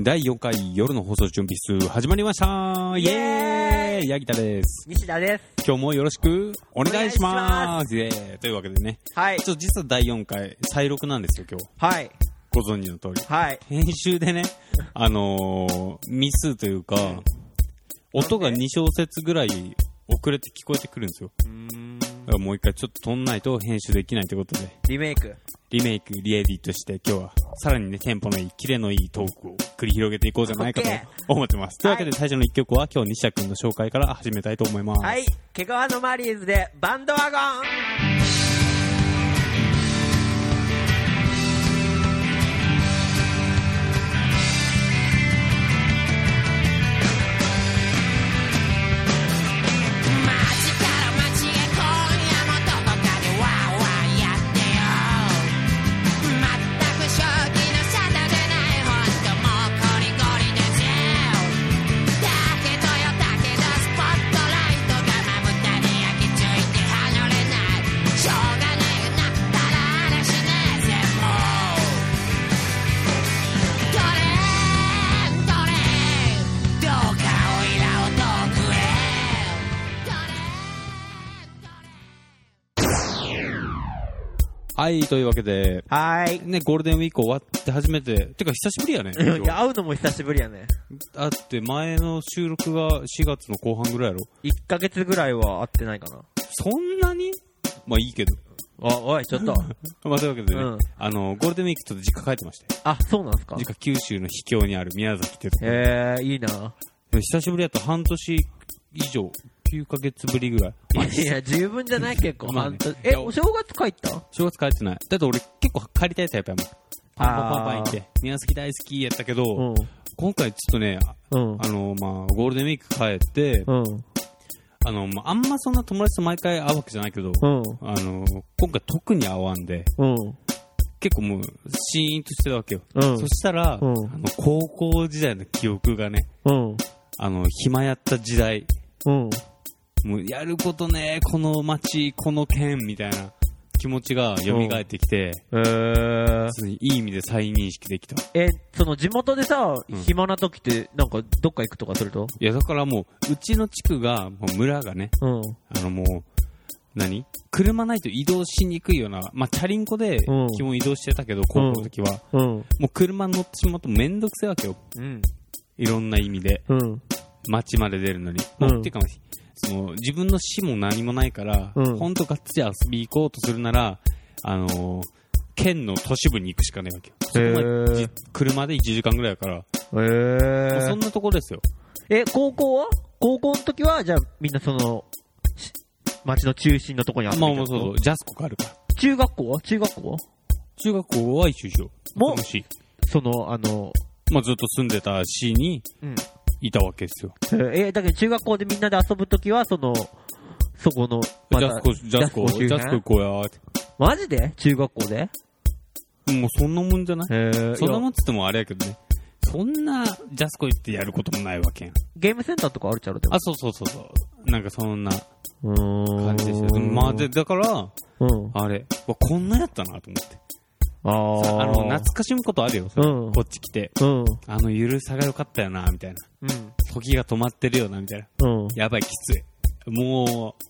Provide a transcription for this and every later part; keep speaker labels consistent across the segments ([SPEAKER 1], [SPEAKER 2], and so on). [SPEAKER 1] 第4回夜の放送準備室始まりましたイエーイヤギタです。
[SPEAKER 2] 西田です。
[SPEAKER 1] 今日もよろしくお願いしますイエーイというわけでね、
[SPEAKER 2] はい。
[SPEAKER 1] ちょっと実は第4回、再録なんですよ、今日。
[SPEAKER 2] はい。
[SPEAKER 1] ご存知の通り。
[SPEAKER 2] はい。
[SPEAKER 1] 編集でね、あのー、ミスというか、音が2小節ぐらい遅れて聞こえてくるんですよ。だからもう一回ちょっと撮んないと編集できないってことで、
[SPEAKER 2] リメイク。
[SPEAKER 1] リメイク、リエディットして、今日はさらにね、テンポのいい、キレのいいトークを繰り広げていこうじゃないかと
[SPEAKER 2] オッケ
[SPEAKER 1] 思ってます。というわけで最初の1曲は今日西田くんの紹介から始めたいと思います。
[SPEAKER 2] はい。毛皮のマリーズでバンドワゴン
[SPEAKER 3] 街から街へ今夜もどこかでワーワーやってよ全く正気の沙汰でないほんともうゴリゴリですよだけどよだけどスポットライトがまぶたに焼き付いて離れないしょうがないよなったら嵐ねえぜもうどれどれどうかおいらを遠くへ送れどれどれ
[SPEAKER 1] はい、というわけで、
[SPEAKER 2] はい。
[SPEAKER 1] ね、ゴールデンウィーク終わって初めて、てか久しぶりやね。今
[SPEAKER 2] い
[SPEAKER 1] 日
[SPEAKER 2] や、会うのも久しぶりやね。
[SPEAKER 1] だって前の収録が4月の後半ぐらいやろ。
[SPEAKER 2] 1ヶ月ぐらいは会ってないかな。
[SPEAKER 1] そんなにまあいいけど。
[SPEAKER 2] あ、おい、ちょっと。
[SPEAKER 1] まあというわけでね、
[SPEAKER 2] うん
[SPEAKER 1] あの、ゴールデンウィークちょっと実家帰ってまして。
[SPEAKER 2] あ、そうなんすか
[SPEAKER 1] 実家九州の秘境にある宮崎っていうとこ
[SPEAKER 2] えー、いいな。
[SPEAKER 1] 久しぶりやと半年以上、9ヶ月ぶりぐ らい。
[SPEAKER 2] いや、十分じゃない結構。
[SPEAKER 1] まあね
[SPEAKER 2] 半年
[SPEAKER 1] い
[SPEAKER 2] え、
[SPEAKER 1] や
[SPEAKER 2] お正月帰った
[SPEAKER 1] 正月帰ってない。だって俺結構帰りたいタイプやもん。パンパンパンパン行って、宮崎大好きやったけど、
[SPEAKER 2] うん。
[SPEAKER 1] 今回ちょっとね、あ
[SPEAKER 2] うん。
[SPEAKER 1] あの、まあ、ゴールデンウィーク帰って、
[SPEAKER 2] うん。
[SPEAKER 1] あの、まあ、あんまそんな友達と毎回会うわけじゃないけど、
[SPEAKER 2] うん。
[SPEAKER 1] あの、今回特に会わんで、
[SPEAKER 2] うん。
[SPEAKER 1] 結構もう、シーンとしてたわけよ。
[SPEAKER 2] うん
[SPEAKER 1] そしたら、
[SPEAKER 2] うん
[SPEAKER 1] あの高校時代の記憶がね、
[SPEAKER 2] うん。
[SPEAKER 1] あの、暇やった時代、
[SPEAKER 2] うん。
[SPEAKER 1] もうやることね、この街、この県みたいな気持ちが蘇ってきて、
[SPEAKER 2] えー。
[SPEAKER 1] 常にいい意味で再認識できた。い
[SPEAKER 2] え、その地元でさ、
[SPEAKER 1] うん
[SPEAKER 2] 暇な時って、なんか、どっか行くとかすると
[SPEAKER 1] や、だからもう、うちの地区が、もう村がね、
[SPEAKER 2] うん。
[SPEAKER 1] あのもう、何車ないと移動しにくいような、まあ、チャリンコで
[SPEAKER 2] うん
[SPEAKER 1] 基本移動してたけど、高校の時は、
[SPEAKER 2] うん。
[SPEAKER 1] もう車乗ってしまうとめんどくせえわけよ。
[SPEAKER 2] うん。
[SPEAKER 1] いろんな意味で。
[SPEAKER 2] うん。
[SPEAKER 1] 街まで出るのに。まあ
[SPEAKER 2] うん
[SPEAKER 1] っていうか、その自分の市も何もないから、
[SPEAKER 2] うん
[SPEAKER 1] ほんとがっつり遊び行こうとするなら、あのー県の都市部に行くしかないわけよ。そ
[SPEAKER 2] へ
[SPEAKER 1] こまで
[SPEAKER 2] ー
[SPEAKER 1] じ車で1時間ぐらいだから、
[SPEAKER 2] え
[SPEAKER 1] もうそんなところですよ。
[SPEAKER 2] え、高校は高校の時は、じゃあみんなその、し町の中心のとこにあ
[SPEAKER 1] まあ
[SPEAKER 2] っ
[SPEAKER 1] まあそうそう、ジャスコがあるから。
[SPEAKER 2] 中学校は中学校は
[SPEAKER 1] 中学校は一緒一緒。
[SPEAKER 2] も
[SPEAKER 1] 楽しい。
[SPEAKER 2] その、あの、
[SPEAKER 1] まあずっと住んでた市に
[SPEAKER 2] うん。
[SPEAKER 1] いたわけですよ。
[SPEAKER 2] えー、えだけど中学校でみんなで遊ぶ時は、その、そこの、ま
[SPEAKER 1] ジ
[SPEAKER 2] た
[SPEAKER 1] ャスコ、ジャスコ、
[SPEAKER 2] ジ
[SPEAKER 1] ジャ
[SPEAKER 2] ャ
[SPEAKER 1] スコ
[SPEAKER 2] スコ周
[SPEAKER 1] 行こうやーっ
[SPEAKER 2] マジで中学校で
[SPEAKER 1] て。もうそんなもんじゃない
[SPEAKER 2] えー
[SPEAKER 1] そんなも
[SPEAKER 2] いや
[SPEAKER 1] んっつってもあれやけどね。そんなジャスコ行ってやることもないわけやん。
[SPEAKER 2] ゲームセンターとかあるっちゃろでも
[SPEAKER 1] あ、そうそうそうそう。なんかそんな
[SPEAKER 2] うーん
[SPEAKER 1] 感じでした。まあ、で、だから、
[SPEAKER 2] うん。
[SPEAKER 1] あれ、わこんなやったなと思って。
[SPEAKER 2] あ
[SPEAKER 1] さ
[SPEAKER 2] あ
[SPEAKER 1] あの、懐かしむことあるよ、それ
[SPEAKER 2] うん
[SPEAKER 1] こっち来て。
[SPEAKER 2] うん。
[SPEAKER 1] あの、ゆるさが良かったよな、みたいな。
[SPEAKER 2] うん。
[SPEAKER 1] 時が止まってるよな、みたいな。
[SPEAKER 2] うん。
[SPEAKER 1] やばい、きつい。もう、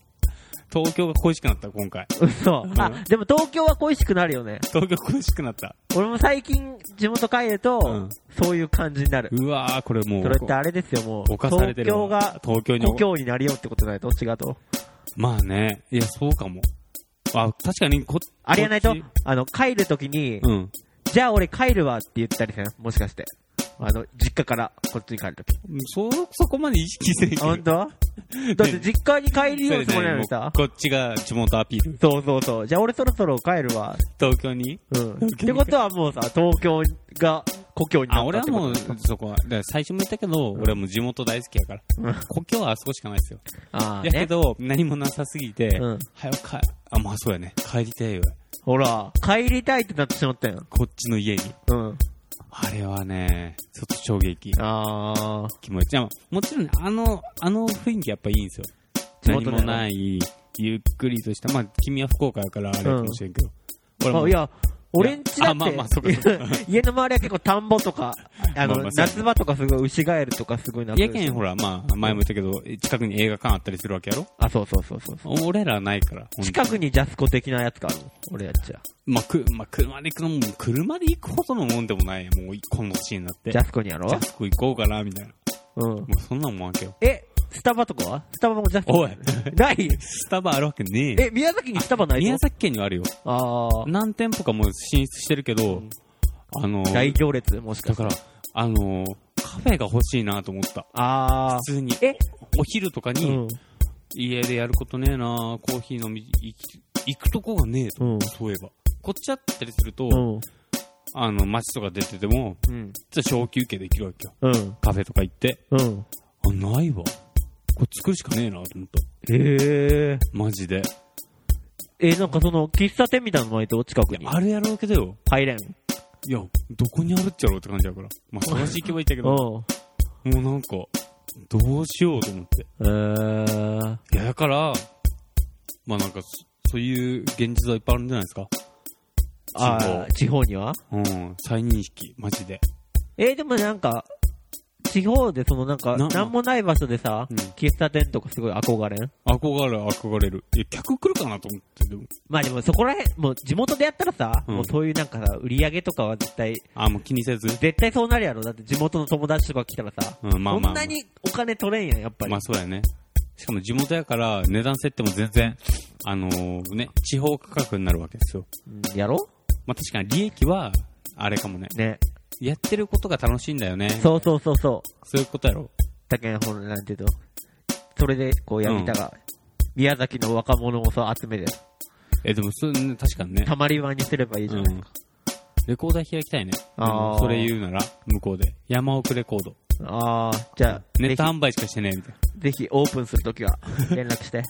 [SPEAKER 1] 東京が恋しくなった、今回。
[SPEAKER 2] 嘘。あ、でも東京は恋しくなるよね。
[SPEAKER 1] 東京恋しくなった。
[SPEAKER 2] 俺も最近、地元帰る
[SPEAKER 1] う
[SPEAKER 2] と
[SPEAKER 1] ん、
[SPEAKER 2] そういう感じになる。
[SPEAKER 1] うわー、これもう
[SPEAKER 2] それ、ってあれですよ、もう。
[SPEAKER 1] 犯されてる
[SPEAKER 2] 東京
[SPEAKER 1] わ
[SPEAKER 2] が
[SPEAKER 1] 東京に
[SPEAKER 2] 故郷になりようってことないと違うと。
[SPEAKER 1] まあね。いや、そうかも。あ、確かにこ、
[SPEAKER 2] あれやないと
[SPEAKER 1] こっち、
[SPEAKER 2] あの、帰るときに、
[SPEAKER 1] うん。
[SPEAKER 2] じゃあ俺帰るわって言ったりせんもしかして。あの、実家からこっちに帰るとき。
[SPEAKER 1] そ、そこまで意識せんけ
[SPEAKER 2] あ
[SPEAKER 1] ど。
[SPEAKER 2] 本当だって実家に帰りようつもりなのにさ。
[SPEAKER 1] こっちが地元アピール。
[SPEAKER 2] そうそうそう。じゃあ俺そろそろ帰るわ。
[SPEAKER 1] 東京に
[SPEAKER 2] うん。ってことはもうさ、東京が故郷にな
[SPEAKER 1] あ、
[SPEAKER 2] った
[SPEAKER 1] 俺
[SPEAKER 2] っ
[SPEAKER 1] は
[SPEAKER 2] てこと
[SPEAKER 1] もう、そこは、だから最初も言ったけど、俺はもう地元大好きやから
[SPEAKER 2] うん。
[SPEAKER 1] 故郷はあそこしかないですよ。
[SPEAKER 2] ああ
[SPEAKER 1] やけ
[SPEAKER 2] ね。
[SPEAKER 1] ど、何もなさすぎて
[SPEAKER 2] うん、
[SPEAKER 1] 早く帰、あ、まあそうやね。帰りたいよ。
[SPEAKER 2] ほら、帰りたいってなってしまったよ。
[SPEAKER 1] こっちの家に。
[SPEAKER 2] うん。
[SPEAKER 1] あれはね、ちょっと衝撃。
[SPEAKER 2] ああ。
[SPEAKER 1] 気持ち。いやもちろんね、あの、あの雰囲気やっぱいいんですよ。
[SPEAKER 2] 地
[SPEAKER 1] 何
[SPEAKER 2] 元だよ
[SPEAKER 1] もない、ゆっくりとした、まあ君は福岡やからあれかもしれんけど。俺
[SPEAKER 2] あ、いや、俺んちだ
[SPEAKER 1] あまあまあそ
[SPEAKER 2] っ
[SPEAKER 1] うかそうか
[SPEAKER 2] て、 家の周りは結構田んぼとか、あ
[SPEAKER 1] まあ
[SPEAKER 2] の
[SPEAKER 1] まあ、そう
[SPEAKER 2] 夏場とかすごい牛ガエルとかすごいな
[SPEAKER 1] 家県ほら、まあ、前も言ったけど、近くに映画館あったりするわけやろ
[SPEAKER 2] あ、そうそうそうそうそう。
[SPEAKER 1] 俺らはないから。ほんと
[SPEAKER 2] 近くにジャスコ的なやつがあるの俺やっちゃ。
[SPEAKER 1] まあ、く、まあ、車で行くのも、車で行くほどのもんでもないやもう、この年になって。
[SPEAKER 2] ジャスコにやろ
[SPEAKER 1] ジャスコ行こうかな、みたいな。
[SPEAKER 2] うん。
[SPEAKER 1] もうそんなんもんわけよ。
[SPEAKER 2] え、スタバとかはスタバもジャスコ
[SPEAKER 1] おい
[SPEAKER 2] ない
[SPEAKER 1] スタバあるわけねえよ。
[SPEAKER 2] え、宮崎にスタバないの
[SPEAKER 1] 宮崎県にはあるよ。
[SPEAKER 2] ああ。
[SPEAKER 1] 何店舗かもう進出してるけど、あのー、
[SPEAKER 2] 大行列もしか
[SPEAKER 1] だ
[SPEAKER 2] した
[SPEAKER 1] から、あのー、カフェが欲しいなと思った。
[SPEAKER 2] ああ。
[SPEAKER 1] 普通に、
[SPEAKER 2] え、
[SPEAKER 1] お昼とか
[SPEAKER 2] う
[SPEAKER 1] に、
[SPEAKER 2] ん。
[SPEAKER 1] 家でやることねえなコーヒー飲み、行き行くとこがねえと、
[SPEAKER 2] うん。
[SPEAKER 1] そういえば。こっちあったりすると、
[SPEAKER 2] うん。
[SPEAKER 1] あの、街とか出てても、
[SPEAKER 2] うん。
[SPEAKER 1] ちょっと小休憩できるわけよ。
[SPEAKER 2] うん。
[SPEAKER 1] カフェとか行って。
[SPEAKER 2] うん。
[SPEAKER 1] あ、ないわ。これ作るしかねえなと思った。
[SPEAKER 2] へえ。
[SPEAKER 1] マジで。
[SPEAKER 2] え、なんかその、喫茶店みたいなのないと近くに。
[SPEAKER 1] あれやるわけだよ。
[SPEAKER 2] 入れん。
[SPEAKER 1] いや、どこにあるっちゃろうって感じだから。まあ、探し行けばいいんだけど、も
[SPEAKER 2] うん。
[SPEAKER 1] うなんか、どうしようと思って。
[SPEAKER 2] えー、
[SPEAKER 1] いや、だから、まあなんか、そそういう現実はいっぱいあるんじゃないですか。
[SPEAKER 2] あー地方には
[SPEAKER 1] うん、再認識、マジで。
[SPEAKER 2] えー、でもなんか、地方でそのなんか、
[SPEAKER 1] な
[SPEAKER 2] なんもない場所でさ、
[SPEAKER 1] うん
[SPEAKER 2] 喫茶店とかすごい憧れん
[SPEAKER 1] 憧れる、憧れる。いや、客来るかなと思って、でも。
[SPEAKER 2] まあでもそこらへん、もう地元でやったらさ、
[SPEAKER 1] うん
[SPEAKER 2] もうそういうなんかさ、売り上げとかは絶対、
[SPEAKER 1] あ、もう気にせず。
[SPEAKER 2] 絶対そうなるやろ。だって地元の友達とか来たらさ、
[SPEAKER 1] うん、まあまあ、ま
[SPEAKER 2] こ
[SPEAKER 1] あ。
[SPEAKER 2] んなにお金取れんやん、やっぱり。
[SPEAKER 1] まあそうやね。しかも地元やから、値段設定も全然、あのーね、地方価格になるわけですよ。
[SPEAKER 2] うんやろ
[SPEAKER 1] まあ確かに利益は、あれかもね。
[SPEAKER 2] ね。
[SPEAKER 1] やってることが楽しいんだよね。そう
[SPEAKER 2] そうそうそうそう。
[SPEAKER 1] いうことやろ。
[SPEAKER 2] だけん、ほら、なんていうの。それで、こうやりたが、宮崎の若者をさ、集めて、
[SPEAKER 1] え、でもそう、ね、確かにね。
[SPEAKER 2] たまり場にすればいいじゃないですか。
[SPEAKER 1] レコーダー開きたいね。
[SPEAKER 2] あー
[SPEAKER 1] うんそれ言うなら、向こうで。山奥レコード。
[SPEAKER 2] ああ、じゃあ、
[SPEAKER 1] ネット
[SPEAKER 2] ぜ
[SPEAKER 1] 販売しかしてねえみたいな。
[SPEAKER 2] ひ、ぜひオープンするときは、連絡して。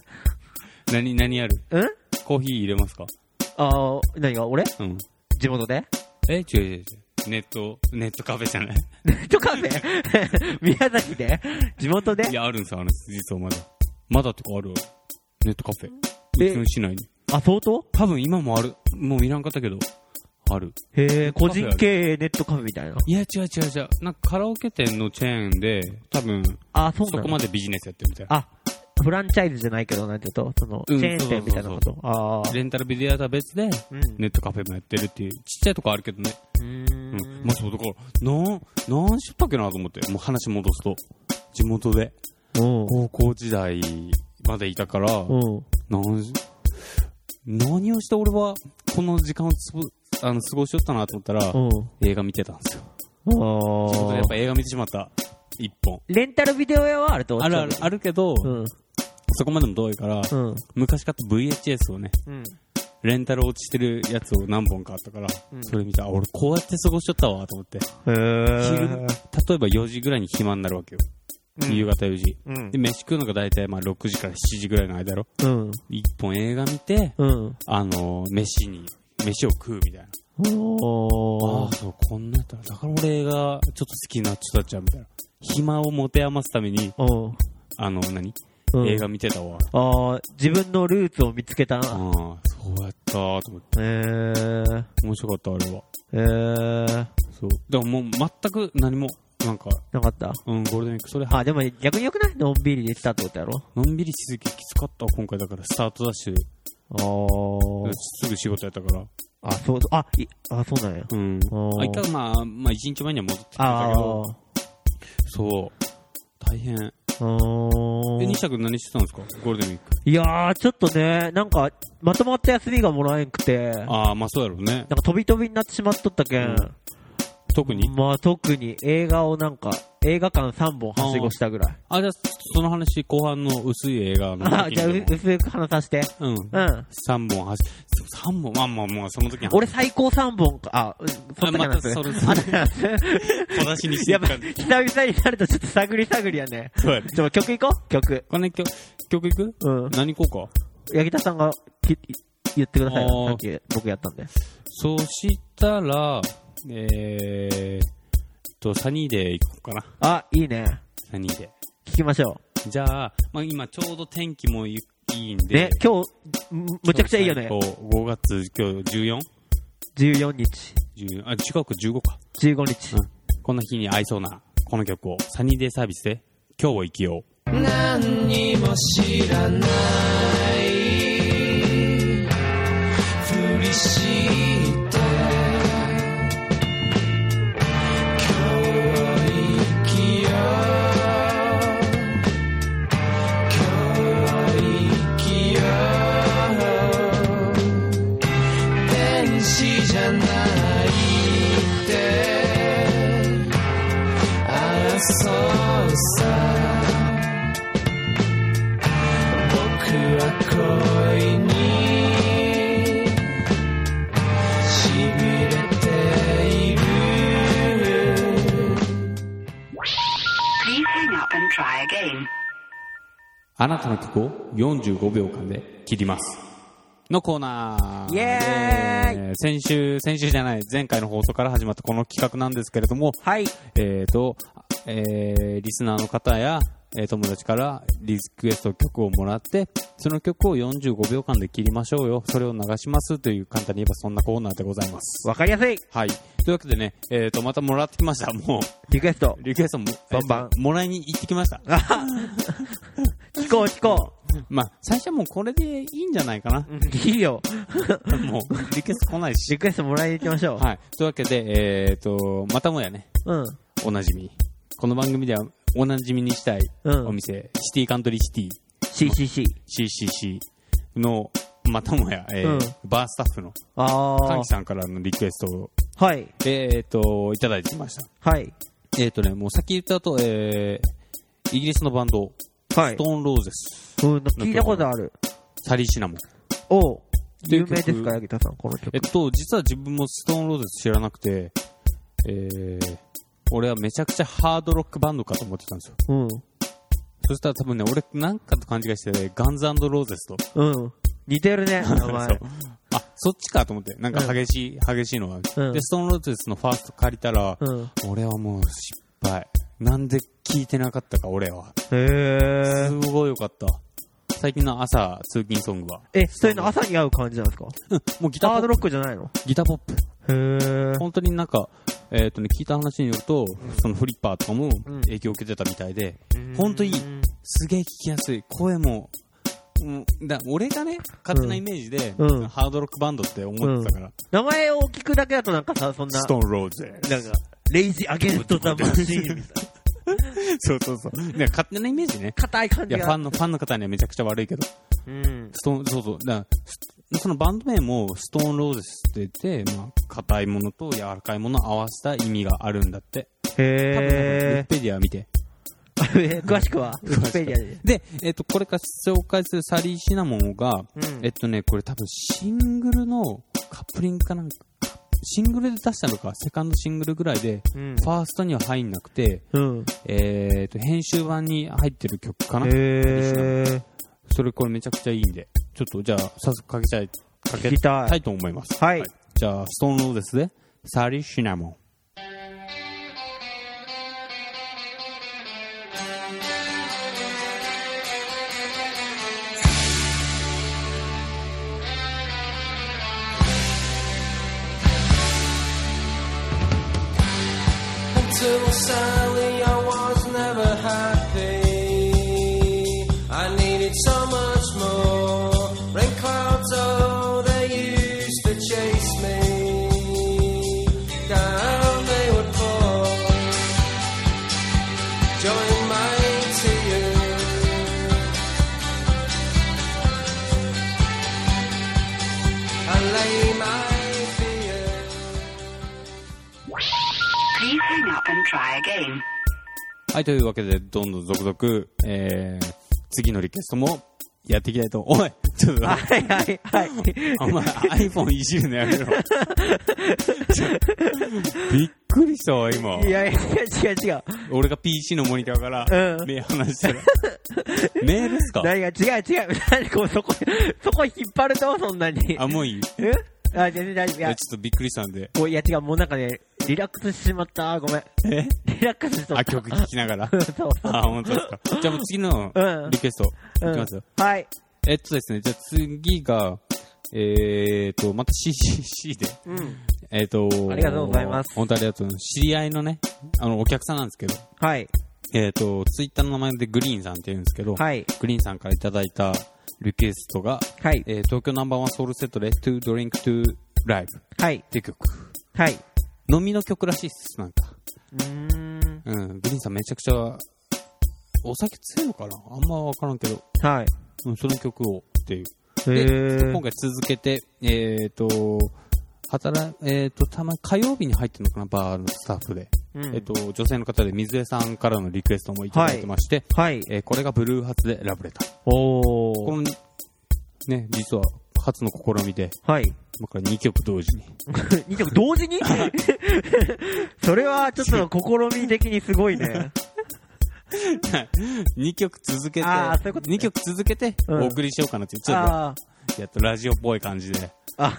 [SPEAKER 1] 何、何やる
[SPEAKER 2] うん
[SPEAKER 1] コーヒー入れますか
[SPEAKER 2] ああ、何が俺
[SPEAKER 1] うん。
[SPEAKER 2] 地元 で
[SPEAKER 1] え、違う違う違う。ネット、ネットカフェじゃない
[SPEAKER 2] とかね 宮崎で地元で
[SPEAKER 1] いや、あるんですよ、あるんです。実はまだ。まだってかあるわネットカフェ。
[SPEAKER 2] え
[SPEAKER 1] うちの市内に。
[SPEAKER 2] あ、相当
[SPEAKER 1] 多分今もある。もういらんかったけど。ある。
[SPEAKER 2] へえ、個
[SPEAKER 1] カフェある
[SPEAKER 2] 人経営ネットカフェみたいな。
[SPEAKER 1] いや、違う違う違う。なんかカラオケ店のチェーンで、多分、
[SPEAKER 2] あ、そう
[SPEAKER 1] そ
[SPEAKER 2] な
[SPEAKER 1] こ
[SPEAKER 2] の
[SPEAKER 1] までビジネスやってるみたいな。
[SPEAKER 2] あ、フランチャイズじゃないけど、なんていうと、その、チ
[SPEAKER 1] うん
[SPEAKER 2] ェーン店みたいなこと。ああ。
[SPEAKER 1] レンタルビデオ屋とは別で、
[SPEAKER 2] うん。
[SPEAKER 1] ネットカフェもやってるっていう。ちっちゃいとこあるけどね。
[SPEAKER 2] う
[SPEAKER 1] うんん。まあそう、だから、なん、なんしとったっけなと思って。もう話戻すと。地元で。
[SPEAKER 2] うん。
[SPEAKER 1] 高校時代までいたから、
[SPEAKER 2] うん。
[SPEAKER 1] 何し何をして俺はこの時間をつぶあの過ごしよったなと思ったら、
[SPEAKER 2] うん。
[SPEAKER 1] 映画見てたんですよ。
[SPEAKER 2] あ
[SPEAKER 1] 仕事でやっ
[SPEAKER 2] あ
[SPEAKER 1] ぱ。映画見てしまった。一本。
[SPEAKER 2] レンタルビデオ屋はあると思
[SPEAKER 1] あ
[SPEAKER 2] って
[SPEAKER 1] る
[SPEAKER 2] た
[SPEAKER 1] ある、あるけど、
[SPEAKER 2] うん。
[SPEAKER 1] そこまでも遠いから、
[SPEAKER 2] うん。
[SPEAKER 1] 昔買った VHS をね、
[SPEAKER 2] うん。
[SPEAKER 1] レンタル落ちてるやつを何本かあったから、
[SPEAKER 2] うん
[SPEAKER 1] それ見たら、俺こうやって過ごしちゃったわと思って。
[SPEAKER 2] へ
[SPEAKER 1] 昼、
[SPEAKER 2] え。
[SPEAKER 1] 例えば4時ぐらいに暇になるわけよ。
[SPEAKER 2] うん
[SPEAKER 1] 夕方4時。
[SPEAKER 2] うん
[SPEAKER 1] で、。飯食うのが大体まあ6時から7時ぐらいの間やろ。
[SPEAKER 2] うん。
[SPEAKER 1] 一本映画見て、
[SPEAKER 2] うん。
[SPEAKER 1] あのー飯に、飯を食うみたいな。
[SPEAKER 2] お
[SPEAKER 1] あ
[SPEAKER 2] ー
[SPEAKER 1] あ、そう、こんなやったら、だから俺がちょっと好きになっちゃったじゃん、みたいな。暇を持て余すために、
[SPEAKER 2] うん。
[SPEAKER 1] あの、何、
[SPEAKER 2] うん
[SPEAKER 1] 映画見てたわ。
[SPEAKER 2] ああ、自分のルーツを見つけた
[SPEAKER 1] ああ
[SPEAKER 2] な。、
[SPEAKER 1] そうやったーと思っ
[SPEAKER 2] へえ。
[SPEAKER 1] て。面白かった、あれは。
[SPEAKER 2] へえ。
[SPEAKER 1] そう。でももう全く何も、なんか、
[SPEAKER 2] なかった
[SPEAKER 1] うん、ゴールデンウィーク、それ、
[SPEAKER 2] あ、でも逆によくないのんびりできたってことやろ
[SPEAKER 1] のんびりしすぎてきつかったわ、今回だから、スタートダッシュで、
[SPEAKER 2] あ
[SPEAKER 1] すぐ仕事やったから。
[SPEAKER 2] あ。あ、そう、あ、い、あ、そうなんや。
[SPEAKER 1] うん。
[SPEAKER 2] あー
[SPEAKER 1] あ、一回、まあ、まあ、一日前には戻ってきてた
[SPEAKER 2] あ
[SPEAKER 1] けど、
[SPEAKER 2] あ。
[SPEAKER 1] そう。大変。
[SPEAKER 2] う
[SPEAKER 1] え、
[SPEAKER 2] ーん
[SPEAKER 1] 西田君何してたんですかゴールデンウィーク。
[SPEAKER 2] いやー、ちょっとね、なんか、まとまった休みがもらえんくて、なんか
[SPEAKER 1] ああ、まあそうやろうね。
[SPEAKER 2] 飛び飛びになってしまっとったけん、
[SPEAKER 1] 特に
[SPEAKER 2] まあ特に映画をなんか、映画館3本はしごしたぐらい。
[SPEAKER 1] あ、じゃあ、その話、後半の薄い映画の
[SPEAKER 2] あ、
[SPEAKER 1] 時に
[SPEAKER 2] じゃあ、う
[SPEAKER 1] でも
[SPEAKER 2] 薄く話させて。
[SPEAKER 1] うん。
[SPEAKER 2] うん。
[SPEAKER 1] 三本走、三本、まあまあまあ、その時に
[SPEAKER 2] 俺最高3本か、あ、うんそんな
[SPEAKER 1] また
[SPEAKER 2] 話
[SPEAKER 1] それ、
[SPEAKER 2] あ
[SPEAKER 1] 小出しにして
[SPEAKER 2] や
[SPEAKER 1] い
[SPEAKER 2] っ
[SPEAKER 1] く
[SPEAKER 2] ぱ、
[SPEAKER 1] 感じ。
[SPEAKER 2] 久々になるとちょっと探り探りやね。
[SPEAKER 1] そうやね。
[SPEAKER 2] ちょ、曲いこう曲。
[SPEAKER 1] これね、曲、曲いく
[SPEAKER 2] うん。
[SPEAKER 1] 何行こうか。
[SPEAKER 2] 八木田さんがき言ってください
[SPEAKER 1] あ
[SPEAKER 2] よ。
[SPEAKER 1] ー
[SPEAKER 2] さっき僕やったんで。
[SPEAKER 1] そしたら、えーっと、サニーデー行こうかな。
[SPEAKER 2] あ、いいね。
[SPEAKER 1] サニーデ
[SPEAKER 2] 聞きましょ
[SPEAKER 1] ー。じゃあ、まあ今ちょうど天気もいいいいん
[SPEAKER 2] う。
[SPEAKER 1] で。、
[SPEAKER 2] ね今日、むむちゃくちゃいいよね
[SPEAKER 1] 今。日最高5月、今日 14?
[SPEAKER 2] 14日、
[SPEAKER 1] 10あ、近く15か。
[SPEAKER 2] 15
[SPEAKER 1] う
[SPEAKER 2] 日。
[SPEAKER 1] ん。この日に合いそうな、この曲を、サニーデイサービスで、今日を生きよう。
[SPEAKER 4] 何にも知らないふりして今日を生きよう今日を生きよう天使じゃないって争うさ僕は恋に痺れている
[SPEAKER 5] Please hang up and try again.
[SPEAKER 1] あなたの曲を45秒間で切ります。のコーナー。
[SPEAKER 2] イエ
[SPEAKER 1] ーイ先週、先週じゃない、前回の放送から始まったこの企画なんですけれども、
[SPEAKER 2] はい。
[SPEAKER 1] えー、と、えー、リスナーの方や、えー友達からリクエスト曲をもらって、その曲を45秒間で切りましょうよ。それを流しますという、簡単に言えばそんなコーナーでございます。
[SPEAKER 2] わかりやすい
[SPEAKER 1] はい。というわけでね、えー、と、またもらってきました。も
[SPEAKER 2] リクエスト
[SPEAKER 1] う、。リクエストも、
[SPEAKER 2] バンバン
[SPEAKER 1] えーともらいに行ってきました。
[SPEAKER 2] あは聞こう聞こ
[SPEAKER 1] まあ、最初はもうこれでいいんじゃない かな。
[SPEAKER 2] う。いいよ。
[SPEAKER 1] もう、リクエスト来ないし。
[SPEAKER 2] リクエストもらいに行きましょう。
[SPEAKER 1] はい。というわけで、えー、と、またもやね、
[SPEAKER 2] うん。
[SPEAKER 1] おなじみ。この番組ではおなじみにしたい
[SPEAKER 2] うん
[SPEAKER 1] お店、シティカントリーシティ。
[SPEAKER 2] CCC。
[SPEAKER 1] CCC の、またもや、えー
[SPEAKER 2] うん
[SPEAKER 1] バースタッフの、カ
[SPEAKER 2] あ
[SPEAKER 1] ンキさんからのリクエストを、
[SPEAKER 2] あ。はい。
[SPEAKER 1] えー、と、いただいてきました。
[SPEAKER 2] はい。
[SPEAKER 1] えっ、とね、もう先言った後、えー、イギリスのバンド、
[SPEAKER 2] は
[SPEAKER 1] ス
[SPEAKER 2] い
[SPEAKER 1] ト。ーンローゼス、
[SPEAKER 2] うん、聞いたことある。
[SPEAKER 1] サリーシナモン。
[SPEAKER 2] おう。
[SPEAKER 1] てい
[SPEAKER 2] 有
[SPEAKER 1] う曲
[SPEAKER 2] 名ですか、柳田さん、この曲
[SPEAKER 1] えっ。と、実は自分もストーンローゼス知らなくて、えー、俺はめちゃくちゃハードロックバンドかと思ってたんですよ。
[SPEAKER 2] うん。
[SPEAKER 1] そしたら多分ね、俺なんかと勘違いしてて、ガンズローゼスと。
[SPEAKER 2] うん。似てる ね、名前
[SPEAKER 1] そ。うあ、そっちかと思って、なんか激しい、激しいのは、
[SPEAKER 2] うん
[SPEAKER 1] で、ストーンローゼスのファースト借りたら、
[SPEAKER 2] うん。へ
[SPEAKER 1] 俺はもう失敗。なんで聞いてなかったか、俺は。
[SPEAKER 2] え
[SPEAKER 1] す。ごいよかった。最近の朝、通勤ソングは。
[SPEAKER 2] え、そういうの朝に合う感じなんですか
[SPEAKER 1] うんもうギタ
[SPEAKER 2] ハー
[SPEAKER 1] ーポ
[SPEAKER 2] ドロ
[SPEAKER 1] ッ
[SPEAKER 2] ックじゃないの
[SPEAKER 1] プ。ギターポップ。
[SPEAKER 2] へえ。
[SPEAKER 1] 本当になんか、えっ、とね、聞いた話によると、そのフリッパーとかも
[SPEAKER 2] うん
[SPEAKER 1] 影響を受けてたみたいで、本当いい
[SPEAKER 2] うん
[SPEAKER 1] すげえ聞きやすい。声も、うんだ俺がね、勝手なイメージで、
[SPEAKER 2] うん
[SPEAKER 1] ハードロックバンドって思ってたから、
[SPEAKER 2] 名前を聞くだけだとなんかさ、そんな
[SPEAKER 1] ス、トーンローゼ。
[SPEAKER 2] なんか、レイジアゲンストザマシーンみたいな。
[SPEAKER 1] そうそうそう。ね、勝手なイメージね。
[SPEAKER 2] 硬い感
[SPEAKER 1] い
[SPEAKER 2] じ
[SPEAKER 1] や、ファ
[SPEAKER 2] が
[SPEAKER 1] ン。の、ファンの方にはめちゃくちゃ悪いけど、
[SPEAKER 2] うん。
[SPEAKER 1] ストーン、そうそう。だからスそのバンド名も、ストーンローゼスって言って、まあ、硬いものと柔らかいものを合わせた意味があるんだって。多分、ウィ
[SPEAKER 2] へ
[SPEAKER 1] キペディア見て。
[SPEAKER 2] え。 詳しくは、ウィキペディアで。
[SPEAKER 1] で、えっ、と、これから紹介するサリーシナモンが、
[SPEAKER 2] うん
[SPEAKER 1] えっとね、これ多分シングルのカップリングかなんか、シングルで出したのか、セカンドシングルぐらいで、
[SPEAKER 2] うん
[SPEAKER 1] ファーストには入んなくて、
[SPEAKER 2] うん。
[SPEAKER 1] えっ、と、編集版に入ってる曲かな。
[SPEAKER 2] へえ。
[SPEAKER 1] それこれめちゃくちゃいいんで、ちょっとじゃあ、早速かけちゃい、かけ
[SPEAKER 2] 聞きたい
[SPEAKER 1] たいと思います。
[SPEAKER 2] はい
[SPEAKER 1] じゃあ、ストーンローですね。サリーシナモン。
[SPEAKER 4] Until Sally, I was never happy. I needed so much more. Rain clouds, oh, they used to chase me. Down they would fall. Join my tears. I lay my fears.
[SPEAKER 5] Please hang up and try again.
[SPEAKER 1] はい、というわけで、どんどん続々、えー、次のリクエストもやっていきたいと、おいちょっと、
[SPEAKER 2] はいはいはい。
[SPEAKER 1] お前 iPhone いじるのやめろ。びっくりしたわ、今。
[SPEAKER 2] いやいや、違う違う。
[SPEAKER 1] 俺が PC のモニターから
[SPEAKER 2] うん
[SPEAKER 1] 目離してる。目ですか
[SPEAKER 2] 何が違う違う。 何こうそこ、そこ引っ張ると、そんなに。
[SPEAKER 1] あ、もういいい
[SPEAKER 2] えあ、全然大丈夫。い
[SPEAKER 1] や
[SPEAKER 2] や
[SPEAKER 1] ちょっとびっくりしたんで。
[SPEAKER 2] こういや違う、もうなんかね、リラックスしてしまった。ごめん。
[SPEAKER 1] え
[SPEAKER 2] リラックスしとった。
[SPEAKER 1] あ、曲聴きながら。
[SPEAKER 2] そう
[SPEAKER 1] あ、本当ですか。じゃあもう次の
[SPEAKER 2] うん
[SPEAKER 1] リクエスト、
[SPEAKER 2] う
[SPEAKER 1] いき
[SPEAKER 2] ん
[SPEAKER 1] ますよ。
[SPEAKER 2] はい。
[SPEAKER 1] えっとですね、じゃあ次が、えーと、また CCC で、
[SPEAKER 2] うん。
[SPEAKER 1] えっ、と
[SPEAKER 2] ありがとうございます
[SPEAKER 1] 本当ありがとうございます。知り合いのね、あの、お客さんなんですけど、
[SPEAKER 2] はい。
[SPEAKER 1] えっ、と、ツイッターの名前でグリーンさんって言うんですけど、
[SPEAKER 2] はい。
[SPEAKER 1] グリーンさんからいただいたリクエストが、
[SPEAKER 2] はい。
[SPEAKER 1] えー東京ナンバーワンソウルセットレストゥドリンクトゥライブっ
[SPEAKER 2] はい。
[SPEAKER 1] ていう曲。
[SPEAKER 2] はい。
[SPEAKER 1] 飲みの曲らしいっす、なんか。
[SPEAKER 2] うーん。
[SPEAKER 1] うん、グリーンさんめちゃくちゃ、お酒強いのかなあんまわからんけど、
[SPEAKER 2] はい。
[SPEAKER 1] うん、その曲をっていう。
[SPEAKER 2] へ
[SPEAKER 1] で、
[SPEAKER 2] ー
[SPEAKER 1] 今回続けて、えっ、と、働、えっ、と、たま、火曜日に入ってるのかな、バーのスタッフで。
[SPEAKER 2] うん
[SPEAKER 1] えっ、と、女性の方で水江さんからのリクエストもいただいてまして、
[SPEAKER 2] はい。
[SPEAKER 1] えーこれがブルーハーツでラブレター。
[SPEAKER 2] お
[SPEAKER 1] こ
[SPEAKER 2] ー。
[SPEAKER 1] の、ね、実は、初の試みで、
[SPEAKER 2] はい。
[SPEAKER 1] 今から2曲同 時に。
[SPEAKER 2] 2曲同 時にそれはちょっと試み的にすごいね。
[SPEAKER 1] 2曲続けて、
[SPEAKER 2] あーそういうことね
[SPEAKER 1] 2曲続けて、
[SPEAKER 2] うん
[SPEAKER 1] お送りしようかなっていう、 ちょっ
[SPEAKER 2] あ
[SPEAKER 1] と、やっとラジオっぽい感じで、
[SPEAKER 2] ーあ。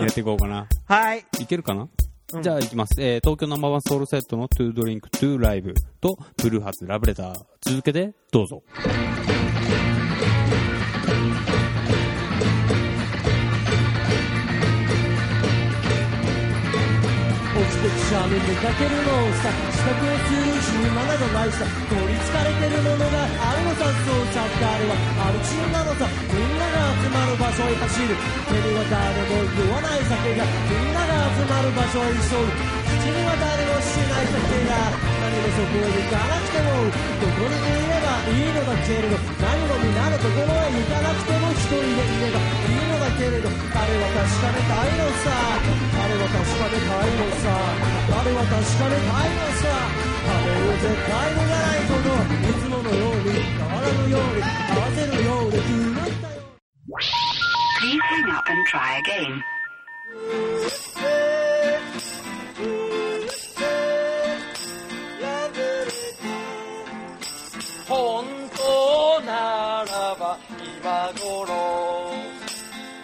[SPEAKER 1] やっていこうかな。
[SPEAKER 2] はい。
[SPEAKER 1] いけるかな、
[SPEAKER 2] うん
[SPEAKER 1] じゃあ行きます。えー東京ナンバーワンソウルセットのトゥードリンクトゥーライブとブルーハーツラブレター続けてどうぞ。
[SPEAKER 6] 落ちてくシャーム出かけるのをした支度をする暇などないした取りつかれてるものがあるのさそうさってあれはあるチームなのさみんなが集まる場所へ走る手には誰も言わない酒がみんなが集まる場所へ急ぐ口には誰もしない酒が何もそこへ行かなくてもどこにいればいいのだけれど何も皆のところへ行かなくても一人でいればいいのだけれどあれは確かめたいのさあれは確かめたいのさあれは確かめたいのさあれを絶対逃がないこといつものように変わらぬように合わせるようで狂ったよ
[SPEAKER 5] Please hang up and try again.
[SPEAKER 4] 本当ならば今頃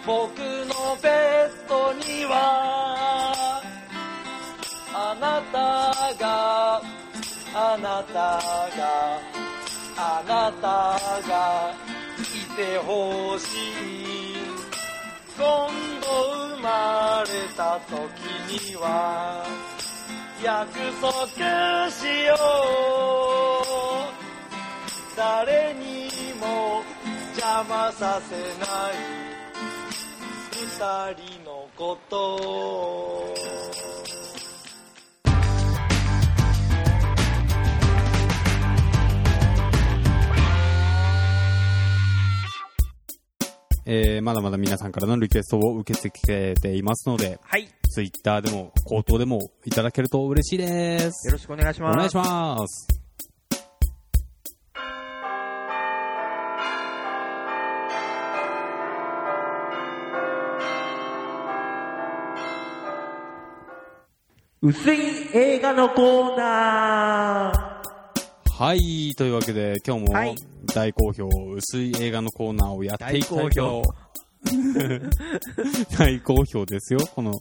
[SPEAKER 4] 僕のベッドにはあなたがあなたがあなたがいてほしい今度生まれた時には約束しよう誰にも邪魔させない二人のことを
[SPEAKER 1] えー、まだまだ皆さんからのリクエストを受け付けていますので、
[SPEAKER 2] はい。
[SPEAKER 1] ツイッターでも口頭でもいただけると嬉しいです。
[SPEAKER 2] よろしくお願いし
[SPEAKER 1] お
[SPEAKER 2] ます。
[SPEAKER 1] 願いします。
[SPEAKER 2] 薄い映画のコーナ
[SPEAKER 1] はい、というわけで今日も
[SPEAKER 2] はい
[SPEAKER 1] 大好評、薄い映画のコーナーをやっていきたい
[SPEAKER 2] 大好
[SPEAKER 1] と。 大好評ですよ、この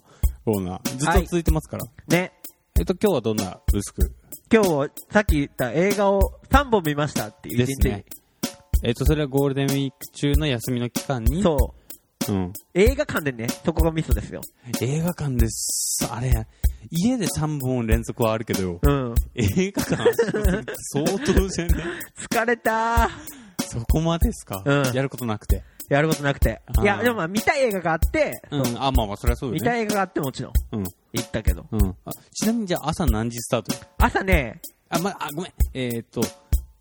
[SPEAKER 1] コーナー。ずっと続いてますから。
[SPEAKER 2] ー。ね。
[SPEAKER 1] えっと、今日はどんな薄く
[SPEAKER 2] 今日、さっき言った映画を3本見ましたっていう
[SPEAKER 1] ですね。えっと、それはゴールデンウィーク中の休みの期間に、
[SPEAKER 2] そう。
[SPEAKER 1] うん、
[SPEAKER 2] 映画館でね、そこがミソですよ。
[SPEAKER 1] 映画館です。あれ、家で3本連続はあるけど、
[SPEAKER 2] うん。
[SPEAKER 1] 映画館足をするって相当じゃ ない
[SPEAKER 2] 疲れたー。
[SPEAKER 1] そこまでですか、
[SPEAKER 2] うん
[SPEAKER 1] やることなくて。
[SPEAKER 2] やることなくて
[SPEAKER 1] あ。ー
[SPEAKER 2] いや、でもまあ見たい映画があって、
[SPEAKER 1] うん、あ、まあまあ、それはそう
[SPEAKER 2] 見
[SPEAKER 1] よ
[SPEAKER 2] た
[SPEAKER 1] ね。
[SPEAKER 2] い映画があってもちろん、
[SPEAKER 1] うん。
[SPEAKER 2] 行ったけど。
[SPEAKER 1] うん。あちなみにじゃあ朝何時スタート
[SPEAKER 2] 朝ね、
[SPEAKER 1] あ、まあ、あごめん。えーっと、